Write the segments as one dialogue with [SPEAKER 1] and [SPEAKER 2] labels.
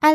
[SPEAKER 1] 艾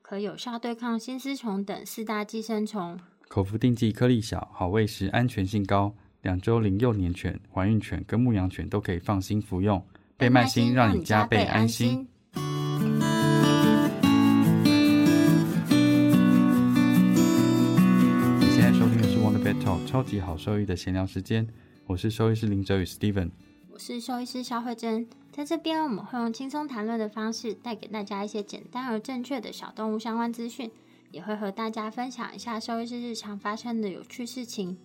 [SPEAKER 1] 可有效对抗新丝虫等四大寄生虫。
[SPEAKER 2] 口服定剂颗粒小，好喂食，安全性高。两周龄幼年犬、怀孕犬跟牧羊犬都可以放心服用。贝麦星让你加倍安心。。你现在收听的是 Wonder Pet Talk 超级好兽医的闲聊时间，我是兽医师林哲宇 Steven。
[SPEAKER 1] 我是兽医师肖慧珍，在这边我们会用轻松谈论的方式，带给大家一些简单而正确的小动物相关资讯，也会和大家分享一下兽医师日常发生的有趣事情。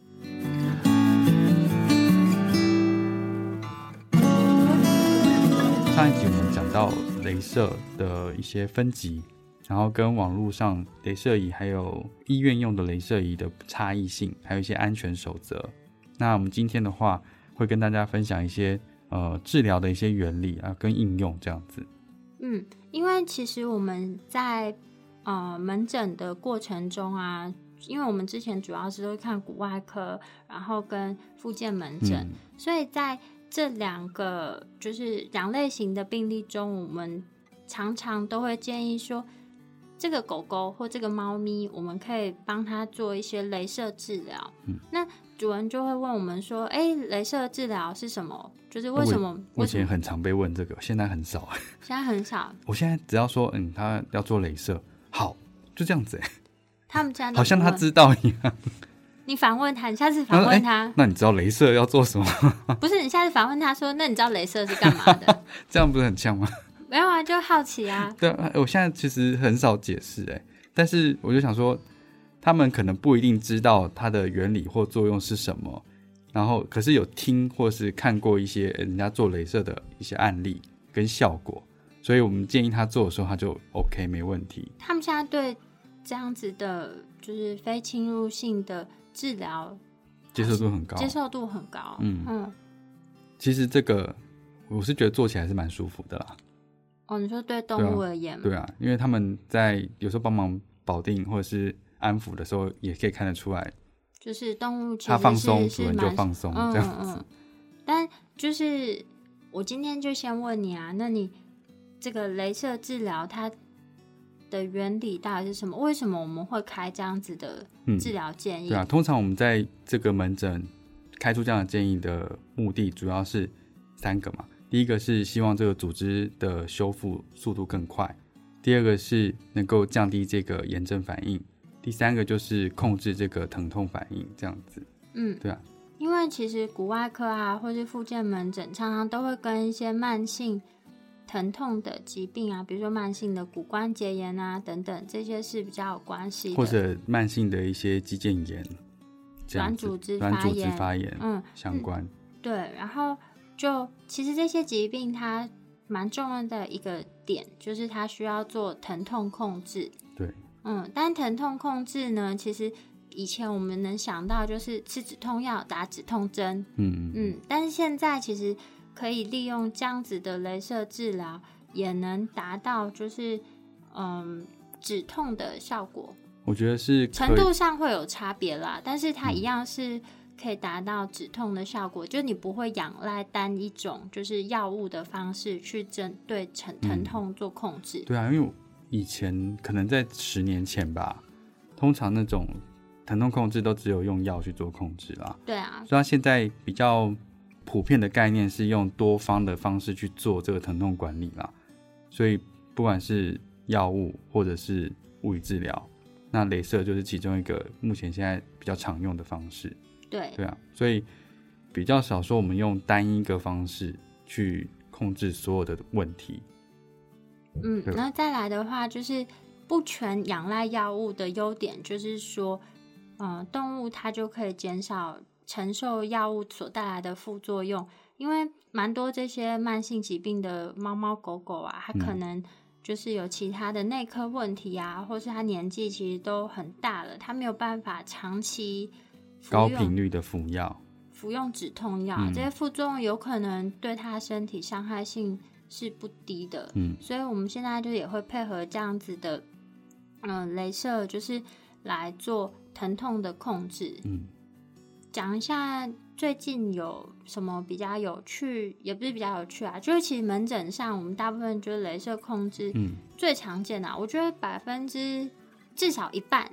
[SPEAKER 2] 上一集我们讲到镭射的一些分级，然后跟网络上镭射仪还有医院用的镭射仪的差异性，还有一些安全守则。那我们今天的话，会跟大家分享一些呃治疗的一些原理啊，跟应用这样子。
[SPEAKER 1] 嗯，因为其实我们在呃门诊的过程中啊，因为我们之前主要是都看骨外科，然后跟附件门诊，
[SPEAKER 2] 嗯，
[SPEAKER 1] 所以在这两个就是两类型的病例中，我们常常都会建议说，这个狗狗或这个猫咪，我们可以帮它做一些镭射治疗。
[SPEAKER 2] 嗯
[SPEAKER 1] 那主人就会问我们说：“哎、镭射治疗是什么？就是为
[SPEAKER 2] 哦我
[SPEAKER 1] 什么？
[SPEAKER 2] 我
[SPEAKER 1] 为
[SPEAKER 2] 以
[SPEAKER 1] 什
[SPEAKER 2] 前
[SPEAKER 1] 么
[SPEAKER 2] 很常被问这个，现在很少。
[SPEAKER 1] 现在很少？
[SPEAKER 2] 我现在只要说嗯，他要做镭射，好，就这样子、欸，
[SPEAKER 1] 他们现在都
[SPEAKER 2] 好像他哦
[SPEAKER 1] 不问
[SPEAKER 2] 知道一样。
[SPEAKER 1] 你反问他，你下次反问他，
[SPEAKER 2] 哎那你知道镭射要做什么？
[SPEAKER 1] 不是你下次反问他说：那你知道镭射是干嘛的？
[SPEAKER 2] 这样不是很像吗？
[SPEAKER 1] 没有啊，就好奇啊。
[SPEAKER 2] 对，哎我现在其实很少解释哎、但是我就想说，他们可能不一定知道它的原理或作用是什么，然后可是有听或是看过一些呃人家做镭射的一些案例跟效果，所以我们建议他做的时候他就 OK 没问题。
[SPEAKER 1] 他们现在对这样子的，就是非侵入性的治疗
[SPEAKER 2] 接受度很高，
[SPEAKER 1] 接受度很高。
[SPEAKER 2] 嗯其实这个我是觉得做起来是蛮舒服的啦。
[SPEAKER 1] 哦，你说对动物而言，
[SPEAKER 2] 对啊，因为他们在有时候帮忙保定或者是安抚的时候，也可以看得出来，
[SPEAKER 1] 就是动物其实
[SPEAKER 2] 他
[SPEAKER 1] 是
[SPEAKER 2] 放松，主
[SPEAKER 1] 是
[SPEAKER 2] 人就
[SPEAKER 1] 蛮
[SPEAKER 2] 放松，
[SPEAKER 1] 嗯
[SPEAKER 2] 这样子。
[SPEAKER 1] 嗯。但就是我今天就先问你啊，那你这个镭射治疗它的原理到底是什么？为什么我们会开这样子的
[SPEAKER 2] 嗯
[SPEAKER 1] 治疗建议？
[SPEAKER 2] 对啊，通常我们在这个门诊开出这样的建议的目的，主要是三个嘛。第一个是希望这个组织的修复速度更快，第二个是能够降低这个炎症反应，第三个就是控制这个疼痛反应，这样子。
[SPEAKER 1] 嗯，
[SPEAKER 2] 对啊，
[SPEAKER 1] 因为其实骨外科啊，或是附件门诊，常常都会跟一些慢性疼痛的疾病啊，比如说慢性的骨关节炎啊等等，这些是比较有关系的。
[SPEAKER 2] 或者慢性的一些肌腱炎，这样
[SPEAKER 1] 软
[SPEAKER 2] 子
[SPEAKER 1] 组织
[SPEAKER 2] 软
[SPEAKER 1] 发
[SPEAKER 2] 组织
[SPEAKER 1] 炎
[SPEAKER 2] 发炎
[SPEAKER 1] 嗯，
[SPEAKER 2] 相关。
[SPEAKER 1] 对，然后就其实这些疾病它蛮重要的一个点，就是它需要做疼痛控制。
[SPEAKER 2] 对，
[SPEAKER 1] 嗯，但疼痛控制呢，其实以前我们能想到就是吃止痛药、打止痛针，
[SPEAKER 2] 嗯嗯，
[SPEAKER 1] 嗯，但是现在其实可以利用这样子的镭射治疗，也能达到就是嗯止痛的效果，
[SPEAKER 2] 我觉得是可
[SPEAKER 1] 程
[SPEAKER 2] 以
[SPEAKER 1] 度上会有差别啦，但是它一样是可以达到止痛的效果，就你不会仰赖单一种就是药物的方式去针对疼疼痛做控制。
[SPEAKER 2] 对啊，因为我以前可能在十年前吧，通常那种疼痛控制都只有用药去做控制啦，
[SPEAKER 1] 对啊，
[SPEAKER 2] 所以它现在比较普遍的概念是用多方的方式去做这个疼痛管理啦，所以不管是药物或者是物理治疗，那镭射就是其中一个目前现在比较常用的方式。
[SPEAKER 1] 对，
[SPEAKER 2] 对啊，所以比较少说我们用单一个方式去控制所有的问题。
[SPEAKER 1] 嗯，
[SPEAKER 2] 对
[SPEAKER 1] 那再来的话，就是不全仰赖药物的优点，就是说，嗯、动物它就可以减少承受药物所带来的副作
[SPEAKER 2] 嗯
[SPEAKER 1] 用，因为蛮多这些慢性疾病的猫猫狗狗啊，它可能就是有其他的内科问题啊，或是它年纪其实都很大了，它没有办法长期服
[SPEAKER 2] 高
[SPEAKER 1] 用
[SPEAKER 2] 频率的服药，
[SPEAKER 1] 服用止痛药，
[SPEAKER 2] 嗯
[SPEAKER 1] 这些副作用有可能对他身体伤害性是不低的。
[SPEAKER 2] 嗯，
[SPEAKER 1] 所以我们现在就也会配合这样子的，嗯、镭射就是来做疼痛的控制。
[SPEAKER 2] 嗯，
[SPEAKER 1] 讲一下最近有什么比较有趣，也不是比较有趣啊，就是其实门诊上我们大部分就是镭射控制，
[SPEAKER 2] 嗯，
[SPEAKER 1] 最常见的啊、我觉得百分之至少一半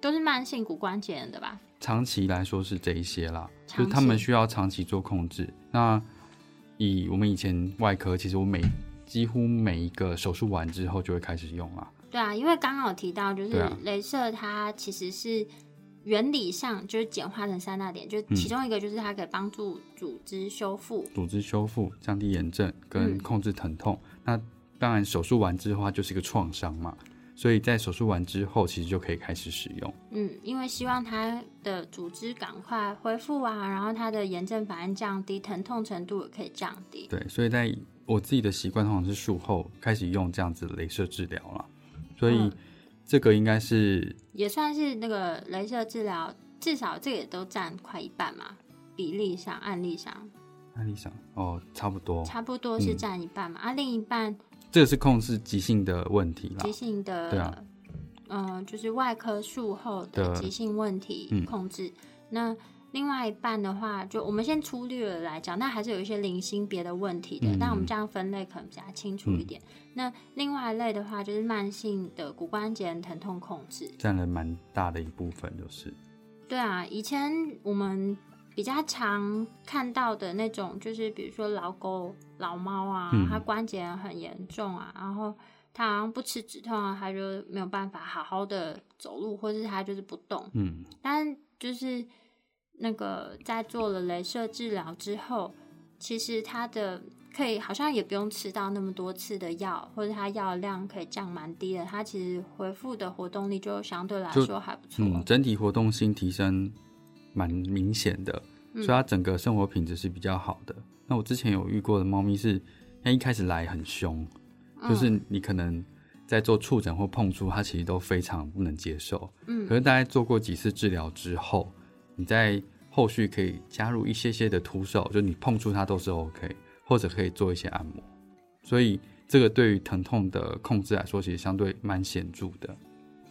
[SPEAKER 1] 都是慢性骨关节炎的吧。
[SPEAKER 2] 长期来说是这一些啦，就
[SPEAKER 1] 长
[SPEAKER 2] 是他们
[SPEAKER 1] 期
[SPEAKER 2] 需要长期做控制。那以我们以前外科，其实我每几乎每一个手术完之后就会开始用啦，
[SPEAKER 1] 对啊，因为刚刚有提到，就是
[SPEAKER 2] 对啊
[SPEAKER 1] 镭射它其实是原理上就是简化成三大点，就
[SPEAKER 2] 嗯
[SPEAKER 1] 其中一个就是它可以帮助组织修复，
[SPEAKER 2] 组织修复、降低炎症跟
[SPEAKER 1] 嗯
[SPEAKER 2] 控制疼痛。那当然手术完之后，它就是一个创伤嘛，所以在手术完之后，其实就可以开始使用。
[SPEAKER 1] 嗯，因为希望它的组织赶快恢复啊，然后它的炎症反应降低，疼痛程度也可以降低。
[SPEAKER 2] 对，所以在我自己的习惯，通常是术后开始用这样子的镭射治疗啦。所以
[SPEAKER 1] 嗯
[SPEAKER 2] 这个应该是
[SPEAKER 1] 也算是那个镭射治疗，至少这个也都占快一半嘛，比例上、案例上
[SPEAKER 2] 案例上哦，差不多，
[SPEAKER 1] 差不多是
[SPEAKER 2] 嗯
[SPEAKER 1] 占一半嘛，啊，另一半
[SPEAKER 2] 这个是控制急性的问题啦
[SPEAKER 1] 急。性的，
[SPEAKER 2] 对啊
[SPEAKER 1] 嗯、就是外科术后
[SPEAKER 2] 的
[SPEAKER 1] 的急性问
[SPEAKER 2] 嗯
[SPEAKER 1] 题控制。那另外一半的话，就我们先粗略的来讲，那还是有一些零星别的问题的，
[SPEAKER 2] 嗯
[SPEAKER 1] 但我们这样分类可能比较清楚一点。那另外一类的话，就是慢性的骨关节炎疼痛控制。
[SPEAKER 2] 占了蛮大的一部分，就是
[SPEAKER 1] 对啊，以前我们比较常看到的那种，就是比如说老狗、老猫啊，
[SPEAKER 2] 嗯
[SPEAKER 1] 它关节炎很严重啊，然后它好像不吃止痛啊，它就没有办法好好的走路，或是它就是不动。
[SPEAKER 2] 嗯，
[SPEAKER 1] 但就是那个在做了镭射治疗之后，其实它的可以好像也不用吃到那么多次的药，或者它药量可以降蛮低的，它其实恢复的活动力就相对来
[SPEAKER 2] 就
[SPEAKER 1] 说还不错。
[SPEAKER 2] 嗯，整体活动性提升蛮明显的，所以它整个生活品质是比较好的。那我之前有遇过的猫咪是，它一开始来很凶，就是你可能在做触诊或碰触，它其实都非常不能接受。
[SPEAKER 1] 嗯
[SPEAKER 2] 可是大概做过几次治疗之后，你在后续可以加入一些些的徒手，就你碰触它都是 OK，或者可以做一些按摩。所以这个对于疼痛的控制来说，其实相对蛮显著的。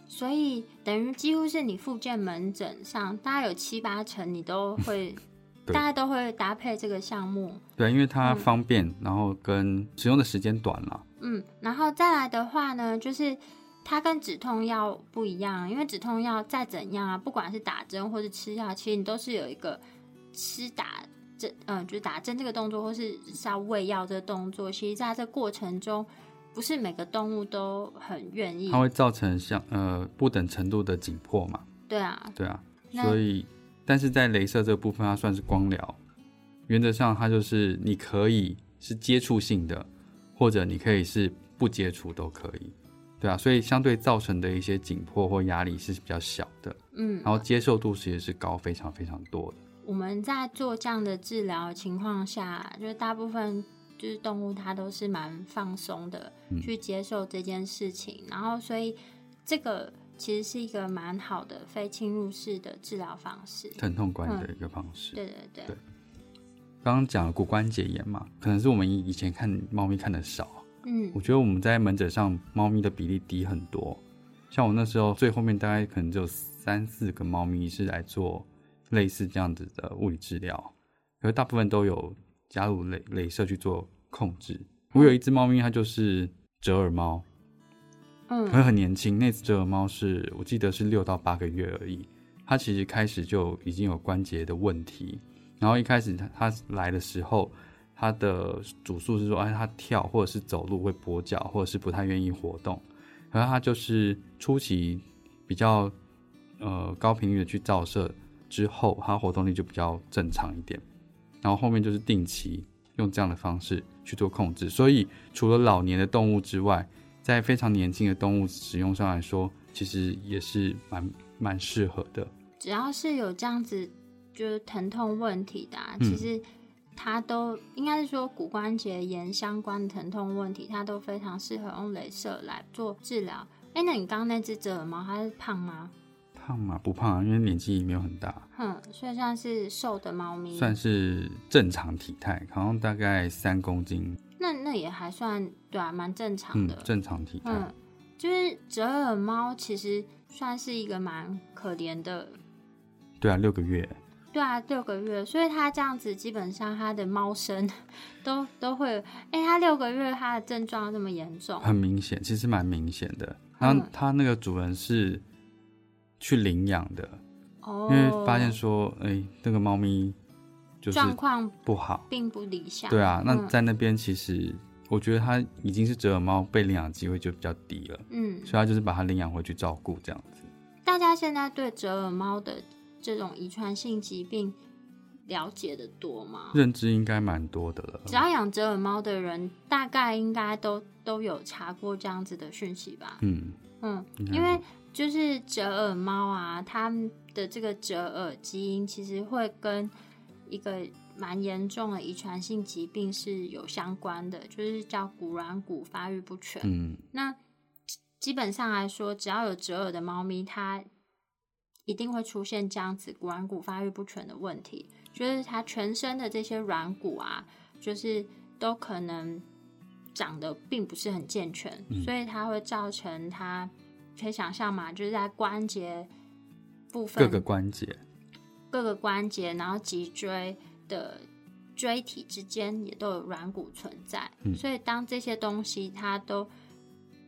[SPEAKER 1] 所以等于几乎是你复健门诊上，大概有七八成你都会，
[SPEAKER 2] 对
[SPEAKER 1] 大家都会搭配这个项目。
[SPEAKER 2] 对，因为它方便，然后跟使用的时间短了。
[SPEAKER 1] 嗯，然后再来的话呢，就是它跟止痛药不一样，因为止痛药再怎样啊，不管是打针或是吃药，其实你都是有一个吃打针，嗯、就是打针这个动作，或是是要喂药这个动作。其实在这过程中，不是每个动物都很愿意
[SPEAKER 2] 它。会造成像呃不等程度的紧迫嘛，
[SPEAKER 1] 对啊，
[SPEAKER 2] 对啊，
[SPEAKER 1] 那
[SPEAKER 2] 所以但是在镭射这部分，它算是光疗，原则上它就是你可以是接触性的，或者你可以是不接触都可以，对啊，所以相对造成的一些紧迫或压力是比较小的，
[SPEAKER 1] 嗯，
[SPEAKER 2] 然后接受度其实是高非常非常多的，
[SPEAKER 1] 我们在做这样的治疗的情况下，就是大部分就是动物它都是蛮放松的、去接受这件事情，然后所以这个其实是一个蛮好的非侵入式的治疗方式。
[SPEAKER 2] 疼痛管理的一个方式。
[SPEAKER 1] 对对对，
[SPEAKER 2] 对刚刚讲了骨关节炎嘛，可能是我们以以前看猫咪看的少，
[SPEAKER 1] 嗯
[SPEAKER 2] 我觉得我们在门诊上猫咪的比例低很多。像我那时候最后面大概可能只有三四个猫咪是来做类似这样子的物理治疗，可是大部分都有加入镭镭射去做控制。我有一只猫咪，它就是折耳猫，
[SPEAKER 1] 嗯
[SPEAKER 2] 它很年轻，那只折耳猫是我记得是六到八个月而已。它其实开始就已经有关节的问题，然后一开始它它来的时候，它的主诉是说，哎，它跳或者是走路会跛脚，或者是不太愿意活动。然后它就是初期比较呃高频率的去照射之后，它活动力就比较正常一点。然后后面就是定期用这样的方式去做控制。所以除了老年的动物之外，在非常年轻的动物使用上来说，其实也是蛮蛮适合的。
[SPEAKER 1] 只要是有这样子就是疼痛问题的、啊，其实它都应该是说骨关节炎相关疼痛问题，它都非常适合用镭射来做治疗。哎、那你刚刚那只折耳猫它是胖吗？
[SPEAKER 2] 胖嘛不胖、啊，因为年纪没有很大，
[SPEAKER 1] 哼，所以算是瘦的猫咪，
[SPEAKER 2] 算是正常体态，好像大概三公斤，
[SPEAKER 1] 那那也还算对啊，蛮正常
[SPEAKER 2] 嗯
[SPEAKER 1] 的，。
[SPEAKER 2] 正常体态。
[SPEAKER 1] 嗯，就是折耳猫其实算是一个蛮可怜的，
[SPEAKER 2] 对啊，六个月，
[SPEAKER 1] 对啊，六个月，所以它这样子基本上它的猫生都都会，哎、它六个月它的症状这么严重，
[SPEAKER 2] 很明显，其实蛮明显的。然后
[SPEAKER 1] 嗯
[SPEAKER 2] 他那个主人是去领养的，
[SPEAKER 1] 哦，
[SPEAKER 2] 因为发现说，哎、那个猫咪就是
[SPEAKER 1] 状况
[SPEAKER 2] 不好。
[SPEAKER 1] 并不理想，
[SPEAKER 2] 对啊，那
[SPEAKER 1] 嗯
[SPEAKER 2] 在那边其实我觉得它已经是折耳猫被领养的机会就比较低了，
[SPEAKER 1] 嗯，
[SPEAKER 2] 所以它就是把它领养回去照顾这样子。
[SPEAKER 1] 大家现在对折耳猫的这种遗传性疾病了解的多吗？
[SPEAKER 2] 认知应该蛮多的了。
[SPEAKER 1] 只要养折耳猫的人，大概应该都都有查过这样子的讯息吧？
[SPEAKER 2] 嗯，
[SPEAKER 1] 嗯，
[SPEAKER 2] 应该
[SPEAKER 1] 因为就是折耳猫啊，它们的这个折耳基因其实会跟一个蛮严重的遗传性疾病是有相关的，就是叫骨软骨发育不全。
[SPEAKER 2] 嗯，
[SPEAKER 1] 那基本上来说，只要有折耳的猫咪，它一定会出现这样子骨软骨发育不全的问题，就是它全身的这些软骨啊，就是都可能长得并不是很健全，
[SPEAKER 2] 嗯
[SPEAKER 1] 所以它会造成它可以想象嘛，就是在关节部分
[SPEAKER 2] 各个关节，
[SPEAKER 1] 各个关节，然后脊椎的椎体之间也都有软骨存在，
[SPEAKER 2] 嗯
[SPEAKER 1] 所以当这些东西它都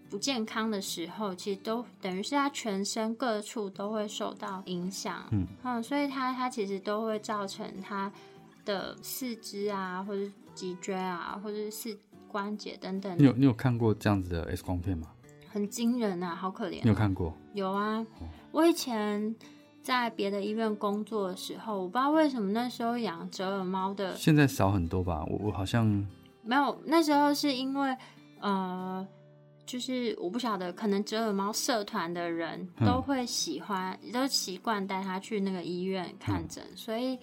[SPEAKER 1] 不健康的时候，其实都等于是它全身各处都会受到影响，
[SPEAKER 2] 嗯
[SPEAKER 1] 所以它它其实都会造成它的四肢啊，或者脊椎啊，或者是四关节等等
[SPEAKER 2] 你，有你有看过这样子的 X 光片吗？
[SPEAKER 1] 很惊人啊，好可怜、
[SPEAKER 2] 你有看过？
[SPEAKER 1] 有啊，我以前在别的医院工作的时候，我不知道为什么那时候养折耳猫的
[SPEAKER 2] 呃现在少很多吧？我我好像
[SPEAKER 1] 没有，那时候是因为呃，就是我不晓得，可能折耳猫社团的人
[SPEAKER 2] 嗯
[SPEAKER 1] 都会喜欢，都习惯带它去那个医院看诊，
[SPEAKER 2] 嗯
[SPEAKER 1] 所以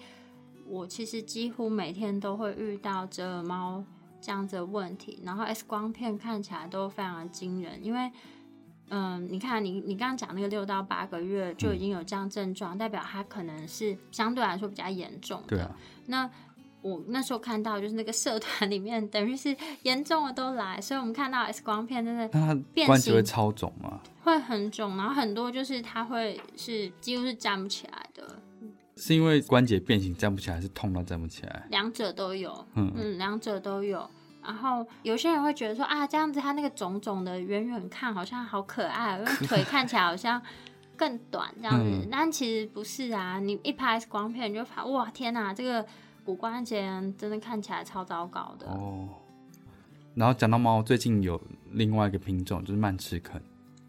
[SPEAKER 1] 我其实几乎每天都会遇到折耳猫这样子的问题，然后 X 光片看起来都非常的惊人，因为。嗯，你看，你你刚刚讲那个六到八个月就已经有这样症状，代表它可能是相对来说比较严重的。
[SPEAKER 2] 嗯对啊，
[SPEAKER 1] 那我那时候看到就是那个社团里面，等于是严重的都来，所以我们看到 X 光片真的
[SPEAKER 2] 那它
[SPEAKER 1] 变
[SPEAKER 2] 关节会
[SPEAKER 1] 形
[SPEAKER 2] 超肿吗？
[SPEAKER 1] 会很肿，然后很多就是它会是几乎是站不起来的，
[SPEAKER 2] 是因为关节变形站不起来，还是痛到站不起来？
[SPEAKER 1] 两者都有，
[SPEAKER 2] 嗯
[SPEAKER 1] 嗯，两者都有。然后有些人会觉得说啊，这样子它那个肿肿的，远远看好像好可爱，因为 腿看起来好像更短这样子，
[SPEAKER 2] 嗯
[SPEAKER 1] 但其实不是啊。你一拍 X 光片，你就发哇天哪，这个骨关节炎真的看起来超糟糕的。
[SPEAKER 2] 哦。然后讲到猫，最近有另外一个品种就是曼赤肯，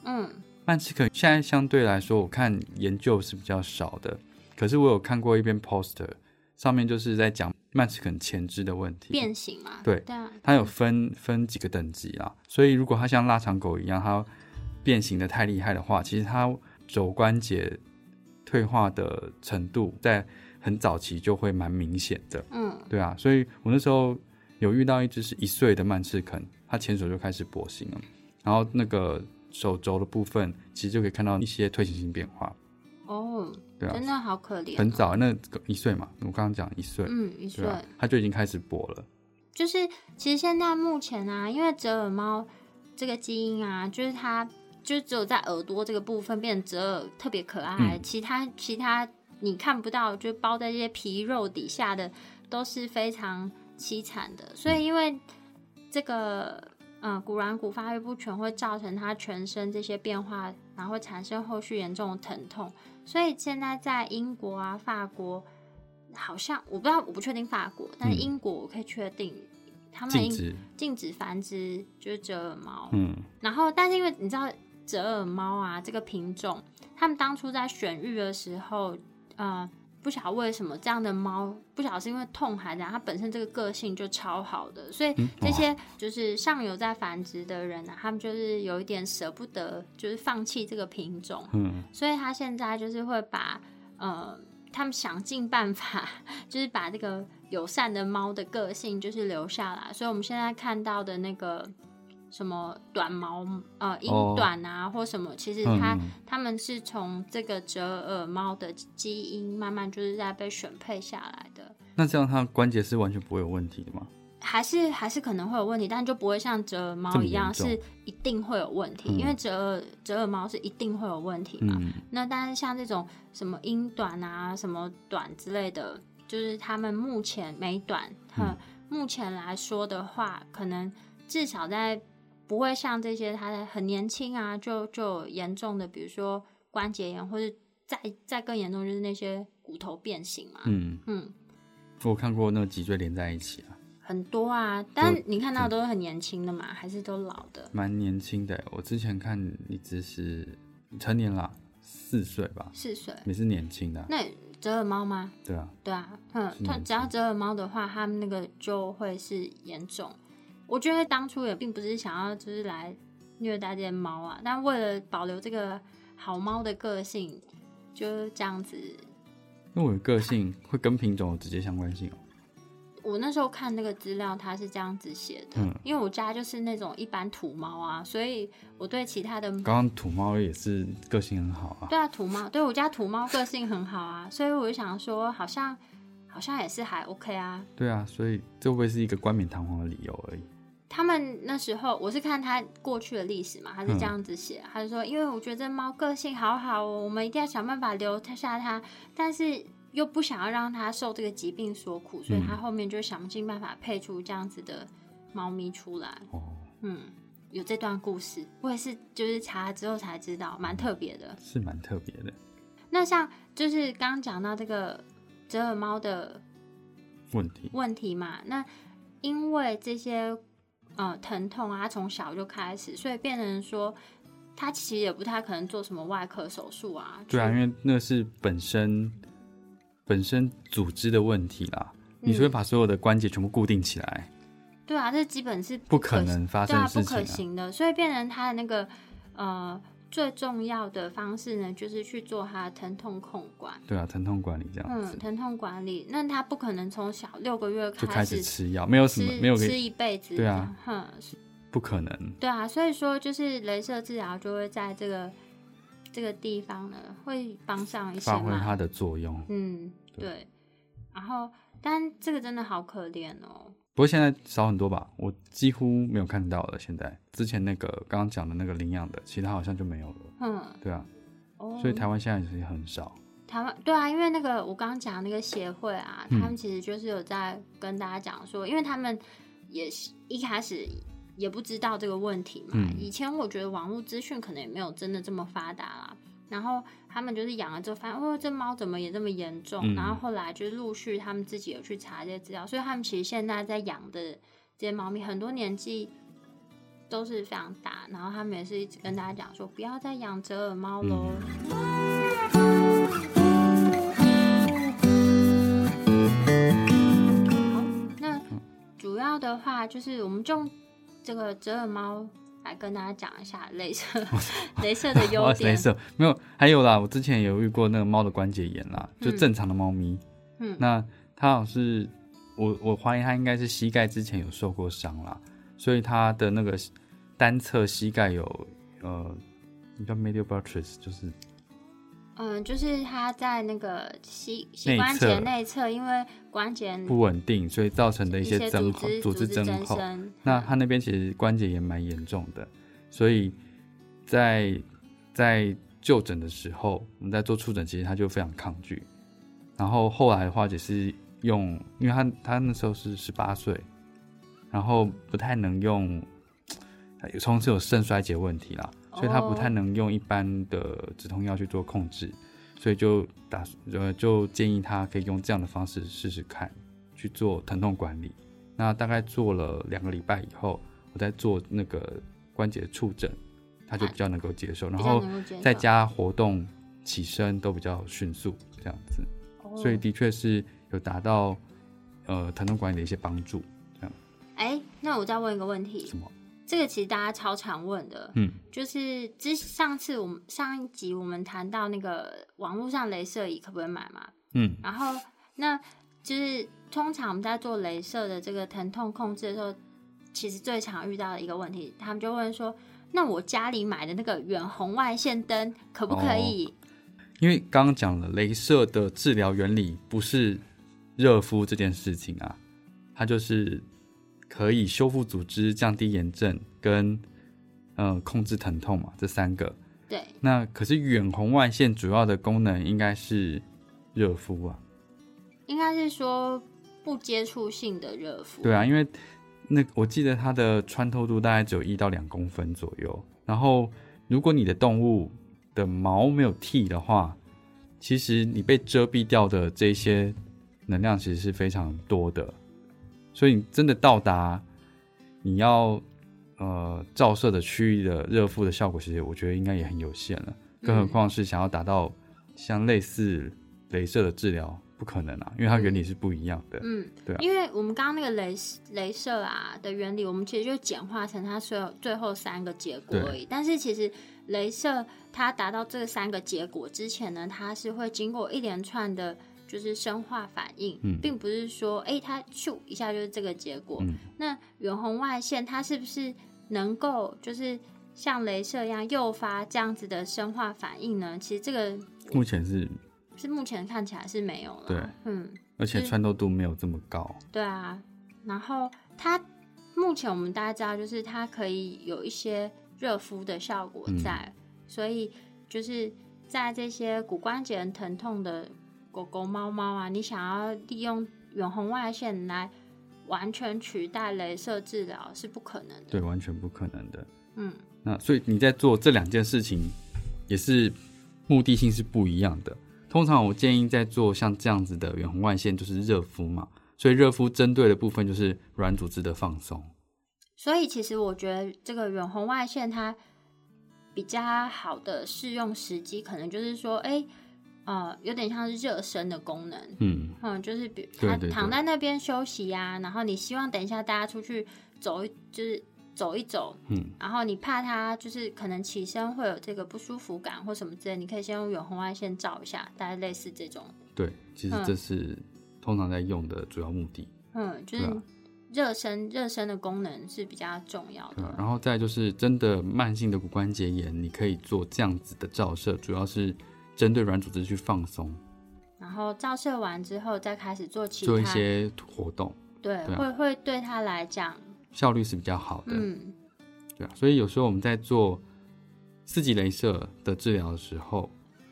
[SPEAKER 1] 嗯，
[SPEAKER 2] 曼赤肯现在相对来说，我看研究是比较少的，可是我有看过一篇 poster，上面就是在讲曼赤肯前肢的问题。
[SPEAKER 1] 变形嘛，
[SPEAKER 2] 对
[SPEAKER 1] 啊，
[SPEAKER 2] 它有分分几个等级啦，所以如果它像腊肠狗一样，它变形的太厉害的话，其实它肘关节退化的程度在很早期就会蛮明显的。
[SPEAKER 1] 嗯，
[SPEAKER 2] 对啊，所以我那时候有遇到一只是一岁的曼赤肯，它前手就开始跛行了，然后那个手肘的部分其实就可以看到一些退行性变化。
[SPEAKER 1] 哦，
[SPEAKER 2] 对啊
[SPEAKER 1] 真的好可怜、哦
[SPEAKER 2] 很，早，那个一岁嘛，我刚刚讲一岁，
[SPEAKER 1] 嗯，一
[SPEAKER 2] 对
[SPEAKER 1] 岁，
[SPEAKER 2] 啊，它就已经开始跛了。
[SPEAKER 1] 就是其实现在目前啊，因为折耳猫这个基因啊，就是它就只有在耳朵这个部分变成折耳特别可爱，
[SPEAKER 2] 嗯
[SPEAKER 1] 其他其他你看不到，就包在这些皮肉底下的都是非常凄惨的，所以因为这个。嗯，骨软骨发育不全会造成它全身这些变化，然后产生后续严重的疼痛。所以现在在英国啊、法国，好像我不知道，我不确定法国，但是
[SPEAKER 2] 嗯
[SPEAKER 1] 英国我可以确定，他们
[SPEAKER 2] 禁
[SPEAKER 1] 应
[SPEAKER 2] 止，
[SPEAKER 1] 禁止繁殖就是折耳猫。
[SPEAKER 2] 嗯，
[SPEAKER 1] 然后，但是因为你知道折耳猫啊这个品种，他们当初在选育的时候，呃，不晓得为什么这样的猫，不晓得是因为痛还是怎样，它本身这个个性就超好的，所以这些就是上游在繁殖的人啊，他们就是有一点舍不得，就是放弃这个品种，
[SPEAKER 2] 嗯，
[SPEAKER 1] 所以他现在就是会把呃。他们想尽办法， 就是把这个友善的猫的个性就是留下来。所以我们现在看到的那个什么短毛呃英
[SPEAKER 2] 哦
[SPEAKER 1] 短啊，或什么，其实
[SPEAKER 2] 嗯
[SPEAKER 1] 它
[SPEAKER 2] 嗯
[SPEAKER 1] 它们是从这个折耳猫的基因慢慢就是在被选配下来的。
[SPEAKER 2] 那这样它关节是完全不会有问题的吗？
[SPEAKER 1] 还是还是可能会有问题，但就不会像折耳
[SPEAKER 2] 这
[SPEAKER 1] 猫
[SPEAKER 2] 么
[SPEAKER 1] 一样
[SPEAKER 2] 严重
[SPEAKER 1] 是一定会有问题，
[SPEAKER 2] 嗯
[SPEAKER 1] 因为折耳折耳猫是一定会有问题嘛。
[SPEAKER 2] 嗯，
[SPEAKER 1] 那但是像这种什么英短啊、什么短之类的，就是他们目前美短，嗯，目前来说的话，可能至少在不会像这些它在很年轻啊，就就有严重的，比如说关节炎，或是再再更严重就是那些骨头变形嘛，
[SPEAKER 2] 嗯，
[SPEAKER 1] 嗯，
[SPEAKER 2] 我看过那个脊椎连在一起啊，
[SPEAKER 1] 很多啊。但你看到都是很年轻的嘛，还是都老的？
[SPEAKER 2] 蛮年轻的欸。我之前看一只是成年啦，四岁吧，
[SPEAKER 1] 四岁，
[SPEAKER 2] 也是年轻的啊，
[SPEAKER 1] 那折耳猫吗？
[SPEAKER 2] 对啊，
[SPEAKER 1] 对啊，嗯，
[SPEAKER 2] 是
[SPEAKER 1] 它
[SPEAKER 2] 年
[SPEAKER 1] 只要折耳猫的话，它们那个就会是严重。我觉得当初也并不是想要就是来虐待这些猫啊，但为了保留这个好猫的个性，就是这样子。
[SPEAKER 2] 因为我的个性会跟品种有直接相关性哦。
[SPEAKER 1] 我那时候看那个资料，它是这样子写的，
[SPEAKER 2] 嗯
[SPEAKER 1] 因为我家就是那种一般土猫啊，所以我对其他的
[SPEAKER 2] 刚刚土猫也是个性很好啊，
[SPEAKER 1] 对啊，土猫，对我家土猫个性很好啊，所以我就想说，好像好像也是还 OK 啊，
[SPEAKER 2] 对啊，所以这会不会是一个冠冕堂皇的理由而已？
[SPEAKER 1] 他们那时候，我是看他过去的历史嘛，他是
[SPEAKER 2] 嗯
[SPEAKER 1] 这样子写，啊他就说，因为我觉得这猫个性好好哦，我们一定要想办法留下它，但是又不想要让它受这个疾病所苦，所以他后面就想尽办法配出这样子的猫咪出来。
[SPEAKER 2] 哦，
[SPEAKER 1] 嗯，有这段故事，我也是就是查了之后才知道，蛮特别的。
[SPEAKER 2] 是蛮特别的
[SPEAKER 1] 那像就是刚讲到这个折耳猫的
[SPEAKER 2] 问题。
[SPEAKER 1] 问题嘛。那因为这些呃疼痛啊，它从小就开始，所以变成说他其实也不太可能做什么外科手术啊。
[SPEAKER 2] 对啊，
[SPEAKER 1] 去
[SPEAKER 2] 因为那是本身本身组织的问题啦，你是会把所有的关节全部固定起来，
[SPEAKER 1] 对啊，这基本是
[SPEAKER 2] 不可能发
[SPEAKER 1] 对
[SPEAKER 2] 生
[SPEAKER 1] 啊
[SPEAKER 2] 的
[SPEAKER 1] 不
[SPEAKER 2] 事
[SPEAKER 1] 可
[SPEAKER 2] 情啊。
[SPEAKER 1] 行的，所以变成他的那个呃最重要的方式呢，就是去做他的疼痛控管。
[SPEAKER 2] 对啊，疼痛管理这样
[SPEAKER 1] 嗯，
[SPEAKER 2] 子、
[SPEAKER 1] 疼痛管理，那他不可能从小六个月
[SPEAKER 2] 就开
[SPEAKER 1] 始
[SPEAKER 2] 始吃药，没有什么
[SPEAKER 1] 吃
[SPEAKER 2] 没有个
[SPEAKER 1] 吃一辈子，
[SPEAKER 2] 对啊，
[SPEAKER 1] 哼，
[SPEAKER 2] 不可能。
[SPEAKER 1] 对啊，所以说就是镭射治疗就会在这个这个地方呢，会帮上一些
[SPEAKER 2] 发挥
[SPEAKER 1] 嘛。
[SPEAKER 2] 它的作用，
[SPEAKER 1] 嗯，对。然后，但这个真的好可怜哦。
[SPEAKER 2] 不过现在少很多吧，我几乎没有看到了。现在之前那个刚刚讲的那个领养的，其他好像就没有了。
[SPEAKER 1] 嗯，
[SPEAKER 2] 对啊，
[SPEAKER 1] 哦，
[SPEAKER 2] 所以台湾现在其实很少。
[SPEAKER 1] 台湾对啊，因为那个我刚刚讲那个协会啊，他
[SPEAKER 2] 嗯
[SPEAKER 1] 们其实就是有在跟大家讲说，因为他们也是一开始也不知道这个问题嘛。
[SPEAKER 2] 嗯
[SPEAKER 1] 以前我觉得网络资讯可能也没有真的这么发达啦。然后他们就是养了之后，发现哦，这猫怎么也这么严重？
[SPEAKER 2] 嗯
[SPEAKER 1] 然后后来就是陆续他们自己有去查这些资料，所以他们其实现在在养的这些猫咪，很多年纪都是非常大。然后他们也是一直跟大家讲说，不要再养折耳猫
[SPEAKER 2] 嗯
[SPEAKER 1] 喽。好，那主要的话就是我们就用这个折耳猫来跟大家讲一下镭 射镭射的优
[SPEAKER 2] 哇塞，
[SPEAKER 1] 点
[SPEAKER 2] 镭。射没有，还有啦，我之前有遇过那个猫的关节炎啦，就正常的猫咪，
[SPEAKER 1] 嗯
[SPEAKER 2] 那它好像是我我怀疑它应该是膝盖之前有受过伤啦，所以它的那个单侧膝盖有呃，叫 medial buttress，就是
[SPEAKER 1] 嗯，就是它在那个膝膝
[SPEAKER 2] 内
[SPEAKER 1] 关节
[SPEAKER 2] 侧
[SPEAKER 1] 内侧，因为关节
[SPEAKER 2] 不稳定，所以造成的一
[SPEAKER 1] 嗯一
[SPEAKER 2] 些
[SPEAKER 1] 些
[SPEAKER 2] 增
[SPEAKER 1] 组
[SPEAKER 2] 厚
[SPEAKER 1] 织、
[SPEAKER 2] 组织增
[SPEAKER 1] 增
[SPEAKER 2] 厚。
[SPEAKER 1] 生，
[SPEAKER 2] 那它那边其实关节也蛮严重的，所以在在就诊的时候，我们在做触诊，其实他就非常抗拒。然后后来的话，只是用，因为他他那时候是十八岁，然后不太能用，有从此有肾衰竭问题啦，所以他不太能用一般的止痛药去做控制，所以就打呃就建议他可以用这样的方式试试看，去做疼痛管理。那大概做了两个礼拜以后，我在做那个关节触诊，他就比较能够接受，然
[SPEAKER 1] 比较
[SPEAKER 2] 后
[SPEAKER 1] 能够接受
[SPEAKER 2] 在家活动起身都比较迅速，这样子，
[SPEAKER 1] 哦
[SPEAKER 2] 所以的确是有达到呃疼痛管理的一些帮助。
[SPEAKER 1] 哎、那我再问一个问题
[SPEAKER 2] 什么？
[SPEAKER 1] 这个其实大家超常问的，
[SPEAKER 2] 嗯，
[SPEAKER 1] 就是之上次我们上一集我们谈到那个网络上镭射椅可不可以买嘛，
[SPEAKER 2] 嗯
[SPEAKER 1] 然后那就是通常我们在做镭射的这个疼痛控制的时候，其实最常遇到的一个问题，他们就问说，那我家里买的那个远红外线灯可不可以？
[SPEAKER 2] 哦因为刚刚讲了，镭射的治疗原理不是热敷这件事情啊，它就是可以修复组织、降低炎症跟呃控制疼痛嘛，这三个。
[SPEAKER 1] 对，
[SPEAKER 2] 那可是远红外线主要的功能应该是热敷啊，
[SPEAKER 1] 应该是说不接触性的热敷。
[SPEAKER 2] 对啊，因为那我记得它的穿透度大概只有一到两公分左右。然后如果你的动物的毛没有剃的话，其实你被遮蔽掉的这些能量其实是非常多的，所以你真的到达你要呃照射的区域的热敷的效果，其实我觉得应该也很有限了。更何况是想要达到像类似镭射的治疗，不可能啊，因为它原理是不一样的。
[SPEAKER 1] 嗯，
[SPEAKER 2] 对啊
[SPEAKER 1] 因为我们刚刚那个镭镭射啊的原理，我们其实就简化成它所有最后三个结果而已。但是其实镭射它达到这三个结果之前呢，它是会经过一连串的，就是生化反应，
[SPEAKER 2] 嗯
[SPEAKER 1] 并不是说哎、诶它咻一下就是这个结果。
[SPEAKER 2] 嗯
[SPEAKER 1] 那远红外线它是不是能够就是像镭射一样诱发这样子的生化反应呢？其实这个
[SPEAKER 2] 目前是
[SPEAKER 1] 是目前看起来是没有了。
[SPEAKER 2] 对，
[SPEAKER 1] 嗯。
[SPEAKER 2] 而且
[SPEAKER 1] 是
[SPEAKER 2] 穿透度没有这么高。
[SPEAKER 1] 对啊，然后它目前我们大家知道，就是它可以有一些热敷的效果在，所以就是在这些骨关节疼痛的狗狗、猫猫啊，你想要利用远红外线来完全取代镭射治疗是不可能的。
[SPEAKER 2] 对，完全不可能的。
[SPEAKER 1] 嗯，
[SPEAKER 2] 那所以你在做这两件事情，也是目的性是不一样的。通常我建议在做像这样子的远红外线，就是热敷嘛。所以热敷针对的部分就是软组织的放松。
[SPEAKER 1] 所以其实我觉得这个远红外线它比较好的适用时机，可能就是说，哎、呃，有点像是热身的功能。
[SPEAKER 2] 嗯，
[SPEAKER 1] 嗯，就是比
[SPEAKER 2] 对
[SPEAKER 1] 他
[SPEAKER 2] 对
[SPEAKER 1] 躺
[SPEAKER 2] 对
[SPEAKER 1] 在那边休息呀、然后你希望等一下大家出去走一，就是走一走，
[SPEAKER 2] 嗯，
[SPEAKER 1] 然后你怕他就是可能起身会有这个不舒服感或什么之类，你可以先用远红外线照一下，大概类似这种，
[SPEAKER 2] 对，其实
[SPEAKER 1] 嗯
[SPEAKER 2] 这是通常在用的主要目的。
[SPEAKER 1] 嗯，就
[SPEAKER 2] 对
[SPEAKER 1] 是
[SPEAKER 2] 啊
[SPEAKER 1] 热身热身的功能是比较重要
[SPEAKER 2] 对啊，
[SPEAKER 1] 的，
[SPEAKER 2] 然后再就是真的慢性的骨关节炎，你可以做这样子的照射，主要是针对软组织去放松，
[SPEAKER 1] 然后照射完之后再开始做其他，
[SPEAKER 2] 做一些活动，
[SPEAKER 1] 对，
[SPEAKER 2] 对啊
[SPEAKER 1] 会会对他来讲，
[SPEAKER 2] 效率是比较好的。
[SPEAKER 1] 嗯，
[SPEAKER 2] 对啊，所以有时候我们在做四级镭射的治疗的时候，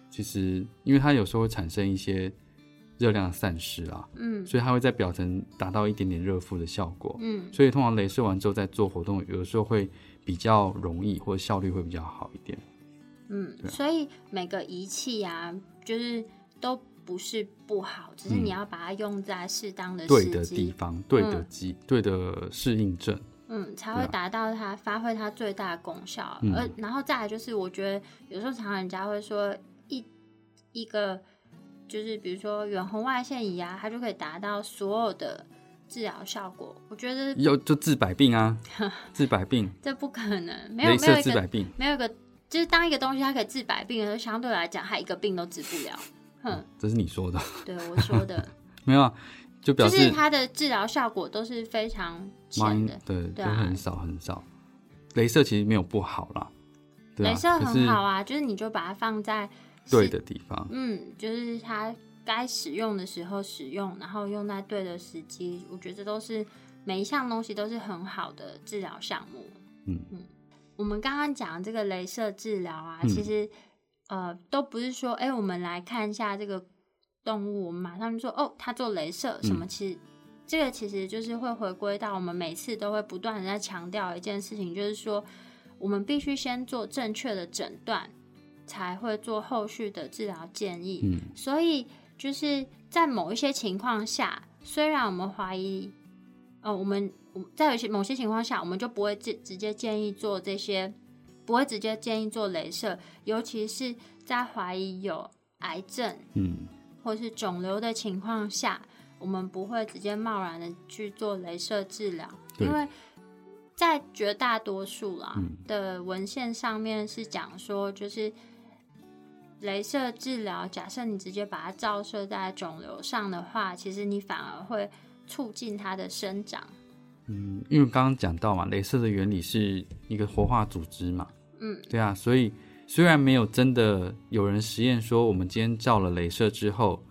[SPEAKER 2] 其实因为它有时候会产生一些热量的散失啦，
[SPEAKER 1] 嗯
[SPEAKER 2] 所以它会在表层达到一点点热敷的效果。
[SPEAKER 1] 嗯，
[SPEAKER 2] 所以通常镭射完之后再做活动，有时候会比较容易，或者效率会比较好一点。
[SPEAKER 1] 嗯，
[SPEAKER 2] 对啊
[SPEAKER 1] 所以每个仪器呀、就是都不是不好，只是
[SPEAKER 2] 嗯
[SPEAKER 1] 你要把它用在适当的
[SPEAKER 2] 对
[SPEAKER 1] 时
[SPEAKER 2] 的地
[SPEAKER 1] 机，
[SPEAKER 2] 方，对的机，对的适应症，
[SPEAKER 1] 嗯，才
[SPEAKER 2] 对
[SPEAKER 1] 会
[SPEAKER 2] 啊
[SPEAKER 1] 达到它发挥它最大的功效。啊
[SPEAKER 2] 嗯
[SPEAKER 1] 而然后再来就是，我觉得有时候常常人家会说一一个就是比如说远红外线仪啊，它就可以达到所有的治疗效果。我觉得
[SPEAKER 2] 要就治百 病啊，治百病，
[SPEAKER 1] 这不可能，没有
[SPEAKER 2] 镭
[SPEAKER 1] 没有
[SPEAKER 2] 射
[SPEAKER 1] 一
[SPEAKER 2] 治
[SPEAKER 1] 个
[SPEAKER 2] 百病，
[SPEAKER 1] 没有一个，就是当一个东西它可以治百病的时候，相对来讲它一个病都治不了。哼，
[SPEAKER 2] 这是你说的，
[SPEAKER 1] 对我说的。
[SPEAKER 2] 没有啊，就表
[SPEAKER 1] 就
[SPEAKER 2] 示
[SPEAKER 1] 是它的治疗效果都是非常浅
[SPEAKER 2] mine
[SPEAKER 1] 的，
[SPEAKER 2] 对，
[SPEAKER 1] 对
[SPEAKER 2] 都
[SPEAKER 1] 啊
[SPEAKER 2] 很少很少。镭射其实没有不好啦，对啊，
[SPEAKER 1] 镭射
[SPEAKER 2] 可
[SPEAKER 1] 很
[SPEAKER 2] 是
[SPEAKER 1] 好啊，就是你就把它放在
[SPEAKER 2] 对
[SPEAKER 1] 适，
[SPEAKER 2] 的地方，
[SPEAKER 1] 嗯，就是它该使用的时候使用，然后用在对的时机，我觉得这都是每一项东西都是很好的治疗项目。
[SPEAKER 2] 嗯
[SPEAKER 1] 我们刚刚讲的这个镭射治疗啊，
[SPEAKER 2] 嗯
[SPEAKER 1] 其实呃都不是说，哎、我们来看一下这个动物，我们马上就说哦，它做镭射什
[SPEAKER 2] 嗯
[SPEAKER 1] 么，其实。这个其实就是会回归到我们每次都会不断的在强调一件事情，就是说我们必须先做正确的诊断，才会做后续的治疗建议。
[SPEAKER 2] 嗯
[SPEAKER 1] 所以就是在某一些情况下，虽然我们怀疑，呃，我们我们在有些某些情况下，我们就不会直直接建议做这些，不会直接建议做镭射，尤其是在怀疑有癌症
[SPEAKER 2] 嗯，
[SPEAKER 1] 或是肿瘤的情况下，我们不会直接贸然的去做镭射治疗，
[SPEAKER 2] 对
[SPEAKER 1] 因为在绝大多数啦、
[SPEAKER 2] 嗯
[SPEAKER 1] 的文献上面是讲说，就是镭射治疗，假设你直接把它照射在肿瘤上的话，其实你反而会促进它的生长。
[SPEAKER 2] 嗯，因为刚刚讲到嘛，镭射的原理是一个活化组织嘛，
[SPEAKER 1] 嗯，
[SPEAKER 2] 对啊，所以虽然没有真的有人实验说我们今天照了镭射之后，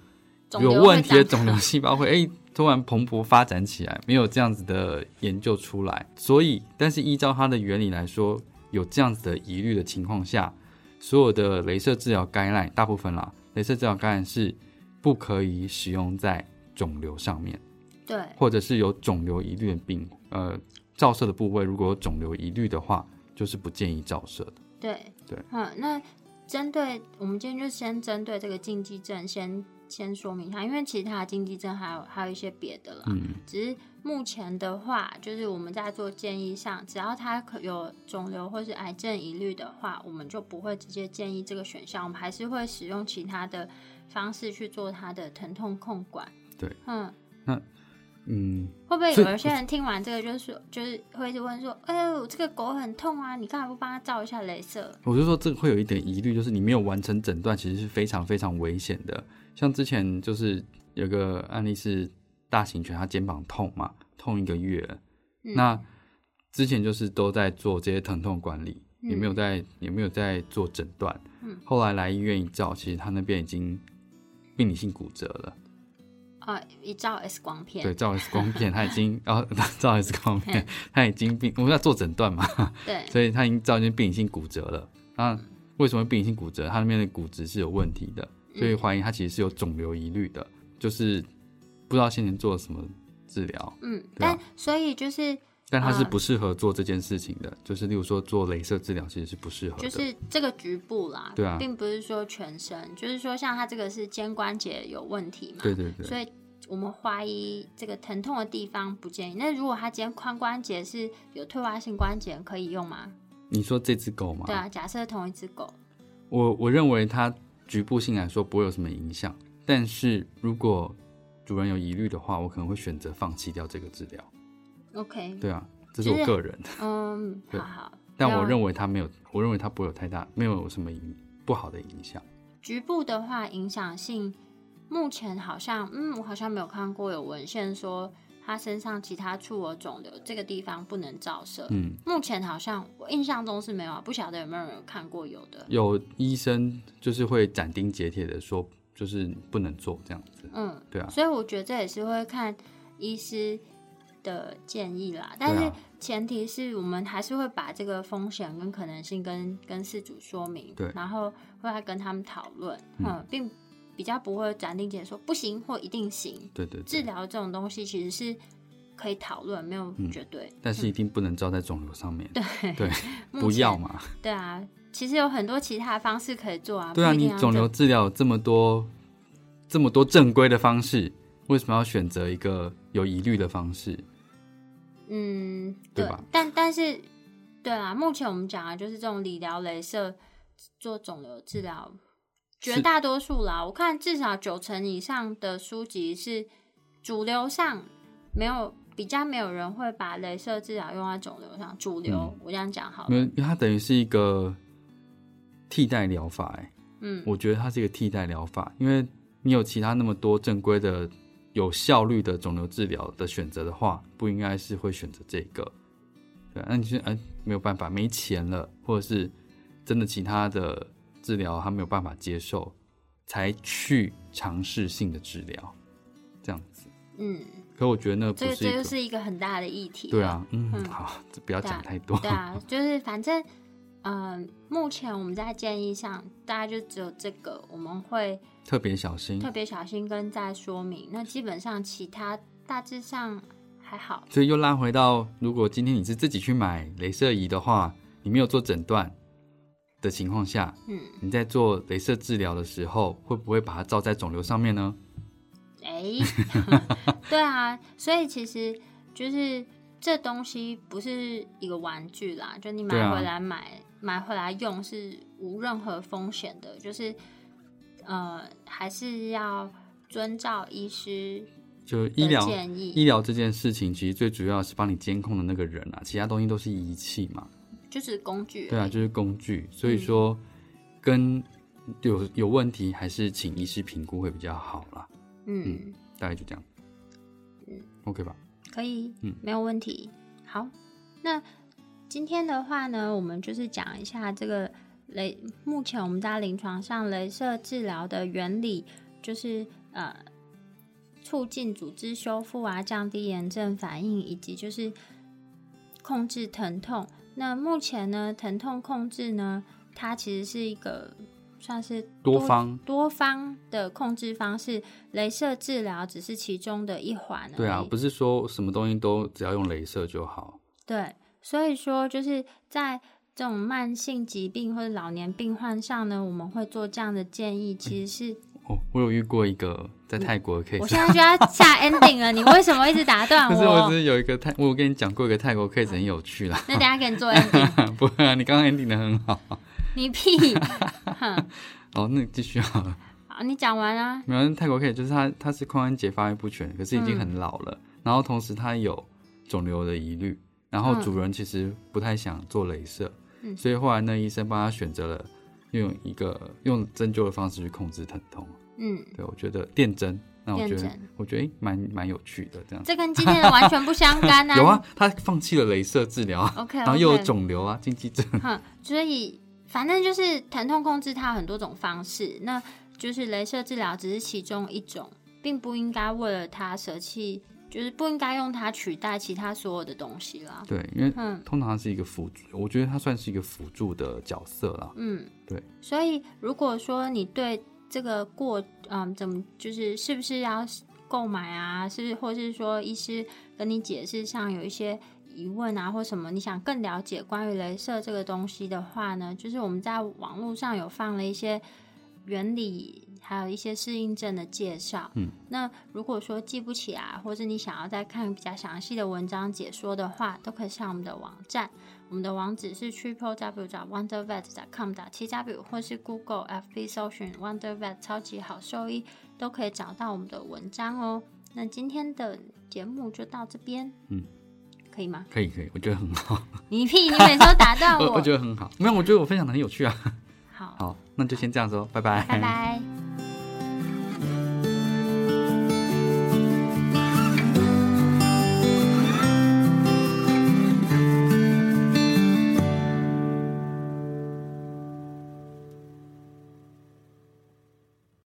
[SPEAKER 1] 肿
[SPEAKER 2] 有
[SPEAKER 1] 瘤
[SPEAKER 2] 问题的
[SPEAKER 1] 会长
[SPEAKER 2] 肿瘤细胞会哎、突然蓬勃发展起来，没有这样子的研究出来，所以但是依照它的原理来说，有这样子的疑虑的情况下，所有的镭射治疗概览大部分啦，镭射治疗概览是不可以使用在肿瘤上面。
[SPEAKER 1] 对，
[SPEAKER 2] 或者是有肿瘤疑虑的病，呃，照射的部位如果有肿瘤疑虑的话，就是不建议照射的。
[SPEAKER 1] 对
[SPEAKER 2] 对，
[SPEAKER 1] 嗯，那针对我们今天就先针对这个禁忌症先先说明一下，因为其他的禁忌症还有还有一些别的啦，
[SPEAKER 2] 嗯
[SPEAKER 1] 只是目前的话，就是我们在做建议上，只要他可有肿瘤或是癌症疑虑的话，我们就不会直接建议这个选项，我们还是会使用其他的方式去做他的疼痛控管。
[SPEAKER 2] 对，
[SPEAKER 1] 嗯，
[SPEAKER 2] 嗯，
[SPEAKER 1] 会不会
[SPEAKER 2] 所以
[SPEAKER 1] 有一些人听完这个就是说，就是会一直问说，哎呦，这个狗很痛啊，你干嘛不帮它照一下镭射？
[SPEAKER 2] 我就说这个会有一点疑虑，就是你没有完成诊断，其实是非常非常危险的。像之前就是有个案例是大型犬，它肩膀痛嘛，痛一个月，
[SPEAKER 1] 嗯、
[SPEAKER 2] 那之前就是都在做这些疼痛管理，也没有在也没有在做诊断。
[SPEAKER 1] 嗯
[SPEAKER 2] 后来来医院一照，其实他那边已经病理性骨折了。
[SPEAKER 1] 呃，一照 X 光片，
[SPEAKER 2] 对，照 X 光片，他已经，然后 照 X 光片，他已经病，我们要做诊断嘛，
[SPEAKER 1] 对
[SPEAKER 2] 所以他已经照已经病理性骨折了。那为什么病理性骨折？他那边的骨质是有问题的，
[SPEAKER 1] 嗯
[SPEAKER 2] 所以怀疑他其实是有肿瘤疑虑的，就是不知道先前做了什么治疗，
[SPEAKER 1] 嗯，
[SPEAKER 2] 对啊
[SPEAKER 1] 但所以就是
[SPEAKER 2] 但他是
[SPEAKER 1] 嗯
[SPEAKER 2] 不适合做这件事情的，就是例如说做镭射治疗其实是不适合的，
[SPEAKER 1] 就是这个局部啦，
[SPEAKER 2] 对啊
[SPEAKER 1] 并不是说全身，就是说像它这个是肩关节有问题嘛，
[SPEAKER 2] 对对对，
[SPEAKER 1] 所以我们怀疑这个疼痛的地方不建议。那如果它肩髋关节是有退化性关节，可以用吗？
[SPEAKER 2] 你说这只狗嘛，
[SPEAKER 1] 对啊，假设同一只狗，
[SPEAKER 2] 我我认为它局部性来说不会有什么影响，但是如果主人有疑虑的话，我可能会选择放弃掉这个治疗。
[SPEAKER 1] ，OK，
[SPEAKER 2] 对啊，这是我个人，
[SPEAKER 1] 嗯，
[SPEAKER 2] 对
[SPEAKER 1] 好好。
[SPEAKER 2] 但我
[SPEAKER 1] 那
[SPEAKER 2] 认为它没有，我认为它不会有太大，没有什么影不好的影响。
[SPEAKER 1] 局部的话，影响性目前好像，嗯，我好像没有看过有文献说他身上其他处有肿瘤这个地方不能照射。
[SPEAKER 2] 嗯，
[SPEAKER 1] 目前好像我印象中是没有啊，不晓得有没有人有看过有的。
[SPEAKER 2] 有医生就是会斩钉截铁的说，就是不能做这样子。
[SPEAKER 1] 嗯，
[SPEAKER 2] 对啊，
[SPEAKER 1] 所以我觉得这也是会看医师的建议啦，但
[SPEAKER 2] 对
[SPEAKER 1] 是
[SPEAKER 2] 啊
[SPEAKER 1] 前提是我们还是会把这个风险跟可能性跟跟事主说明，
[SPEAKER 2] 对
[SPEAKER 1] 然后会来跟他们讨论，
[SPEAKER 2] 嗯
[SPEAKER 1] 嗯，并比较不会斩钉截铁说不行或一定行。
[SPEAKER 2] 对对
[SPEAKER 1] 治
[SPEAKER 2] 对，
[SPEAKER 1] 疗这种东西其实是可以讨论，没有
[SPEAKER 2] 嗯
[SPEAKER 1] 绝对。
[SPEAKER 2] 但是一定不能照在肿瘤上面，
[SPEAKER 1] 对
[SPEAKER 2] 对，
[SPEAKER 1] 目
[SPEAKER 2] 不要
[SPEAKER 1] 前
[SPEAKER 2] 嘛。
[SPEAKER 1] 对啊，其实有很多其他的方式可以做啊。
[SPEAKER 2] 对啊，
[SPEAKER 1] 不一定
[SPEAKER 2] 你
[SPEAKER 1] 要
[SPEAKER 2] 肿瘤治疗有这么多这么多正规的方式，为什么要选择一个有疑虑的方式？
[SPEAKER 1] 嗯，
[SPEAKER 2] 对
[SPEAKER 1] 对
[SPEAKER 2] 吧
[SPEAKER 1] 但但是，对啦，目前我们讲的就是这种理疗、镭射做肿瘤治疗，绝
[SPEAKER 2] 是
[SPEAKER 1] 大多数啦，我看至少九成以上的书籍是主流上没有比较没有人会把镭射治疗用在肿瘤上。主流、
[SPEAKER 2] 嗯
[SPEAKER 1] 我这样讲好
[SPEAKER 2] 因为
[SPEAKER 1] 了，
[SPEAKER 2] 因为它等于是一个替代疗法、欸，
[SPEAKER 1] 嗯，
[SPEAKER 2] 我觉得它是一个替代疗法，因为你有其他那么多正规的、有效率的肿瘤治疗的选择的话，不应该是会选择这个。对啊，那你是哎没有办法，没钱了，或者是真的其他的治疗他没有办法接受，才去尝试性的治疗，这样子。
[SPEAKER 1] 嗯，
[SPEAKER 2] 可我觉得那不
[SPEAKER 1] 这个
[SPEAKER 2] 是一
[SPEAKER 1] 这
[SPEAKER 2] 个，
[SPEAKER 1] 就是一个很大的议题。
[SPEAKER 2] 对，啊，嗯，
[SPEAKER 1] 嗯
[SPEAKER 2] 好，这不要
[SPEAKER 1] 对啊
[SPEAKER 2] 讲太 多。
[SPEAKER 1] 对啊，就是反正，嗯、目前我们在建议上，大概就只有这个，我们会。
[SPEAKER 2] 特别小心，
[SPEAKER 1] 特别小心跟再说明。那基本上其他大致上还好，
[SPEAKER 2] 所以又拉回到，如果今天你是自己去买镭射仪的话，你没有做诊断的情况下，
[SPEAKER 1] 嗯，
[SPEAKER 2] 你在做镭射治疗的时候，会不会把它照在肿瘤上面呢？
[SPEAKER 1] 哎、 对啊，所以其实就是这东西不是一个玩具啦，就你
[SPEAKER 2] 对
[SPEAKER 1] 买
[SPEAKER 2] 啊
[SPEAKER 1] 回来买、买回来用是无任何风险的，就是呃还是要遵照医师
[SPEAKER 2] 就医
[SPEAKER 1] 的
[SPEAKER 2] 疗
[SPEAKER 1] 建议，
[SPEAKER 2] 医疗这件事情，其实最主要是帮你监控的那个人啊，其他东西都是仪器嘛。
[SPEAKER 1] 就是工具而已。
[SPEAKER 2] 对啊，嗯就是工具。所以说，跟有有问题还是请医师评估会比较好啦。
[SPEAKER 1] 嗯，
[SPEAKER 2] 大概就这样。OK 嗯吧？
[SPEAKER 1] 可以，
[SPEAKER 2] 嗯
[SPEAKER 1] 没有问题。好，那今天的话呢，我们就是讲一下这个雷，目前我们在临床上镭射治疗的原理，就是呃，促进组织修复啊，降低炎症反应，以及就是控制疼痛。那目前呢，疼痛控制呢，它其实是一个算是
[SPEAKER 2] 多方
[SPEAKER 1] 多方的控制方式，镭射治疗只是其中的一环而已。
[SPEAKER 2] 对啊，不是说什么东西都只要用镭射就好。
[SPEAKER 1] 对，所以说就是在这种慢性疾病或者老年病患上呢，我们会做这样的建
[SPEAKER 2] 嗯
[SPEAKER 1] 议，其实是、
[SPEAKER 2] 哦，我有遇过一个在泰国的
[SPEAKER 1] 嗯我
[SPEAKER 2] case，
[SPEAKER 1] 现在就要下 ending 了，你为什么一直打断
[SPEAKER 2] 可是我只
[SPEAKER 1] 我？
[SPEAKER 2] 是有一个泰，我有跟你讲过一个泰国 case 很有趣啦。
[SPEAKER 1] 那等一下给你做 ending，
[SPEAKER 2] 不会啊，你刚刚 ending 的很好。
[SPEAKER 1] 你屁！
[SPEAKER 2] 哦，那你继续好了。
[SPEAKER 1] 好，你讲完啊。
[SPEAKER 2] 没有，泰国 case 就是他他是髋关节发育不全，可是已经很老了，
[SPEAKER 1] 嗯
[SPEAKER 2] 然后同时他有肿瘤的疑虑，然后主人其实不太想做镭射，
[SPEAKER 1] 嗯
[SPEAKER 2] 所以后来那医生帮他选择了用一个用针灸的方式去控制疼痛。
[SPEAKER 1] 嗯，
[SPEAKER 2] 对，我觉得电针，那我觉
[SPEAKER 1] 电
[SPEAKER 2] 得
[SPEAKER 1] 针
[SPEAKER 2] 我觉得诶蛮蛮有趣的这样子。
[SPEAKER 1] 这跟今天的完全不相干啊。
[SPEAKER 2] 有啊，他放弃了镭射治疗啊，
[SPEAKER 1] ，OK，
[SPEAKER 2] 然后又有肿瘤啊、经济症，
[SPEAKER 1] 哼，所以反正就是疼痛控制它有很多种方式，那就是镭射治疗只是其中一种，并不应该为了它舍弃，就是不应该用它取代其他所有的东西啦。
[SPEAKER 2] 对，因为
[SPEAKER 1] 嗯
[SPEAKER 2] 通常它是一个辅助，我觉得它算是一个辅助的角色啦。
[SPEAKER 1] 嗯，
[SPEAKER 2] 对。
[SPEAKER 1] 所以如果说你对这个过，嗯，怎么就是是不是要购买啊？是不是或是说医师跟你解释上有一些疑问啊，或什么你想更了解关于镭射这个东西的话呢，就是我们在网络上有放了一些原理，还有一些适应症的介绍。
[SPEAKER 2] 嗯，
[SPEAKER 1] 那如果说记不起来，或是你想要再看比较详细的文章解说的话，都可以上我们的网站。我们的网址是 triple w wonder vet com t w 或是 Google FB 搜寻 Wonder Vet 超级好兽医，都可以找到我们的文章哦。那今天的节目就到这边，
[SPEAKER 2] 嗯，
[SPEAKER 1] 可以吗？
[SPEAKER 2] 可以可以，我觉得很好。
[SPEAKER 1] 你屁！你每次都打断
[SPEAKER 2] 我
[SPEAKER 1] 我。
[SPEAKER 2] 我觉得很好，没有，我觉得我分享的很有趣啊。
[SPEAKER 1] 好，
[SPEAKER 2] 好，那就先这样子哦，拜拜，
[SPEAKER 1] 拜拜。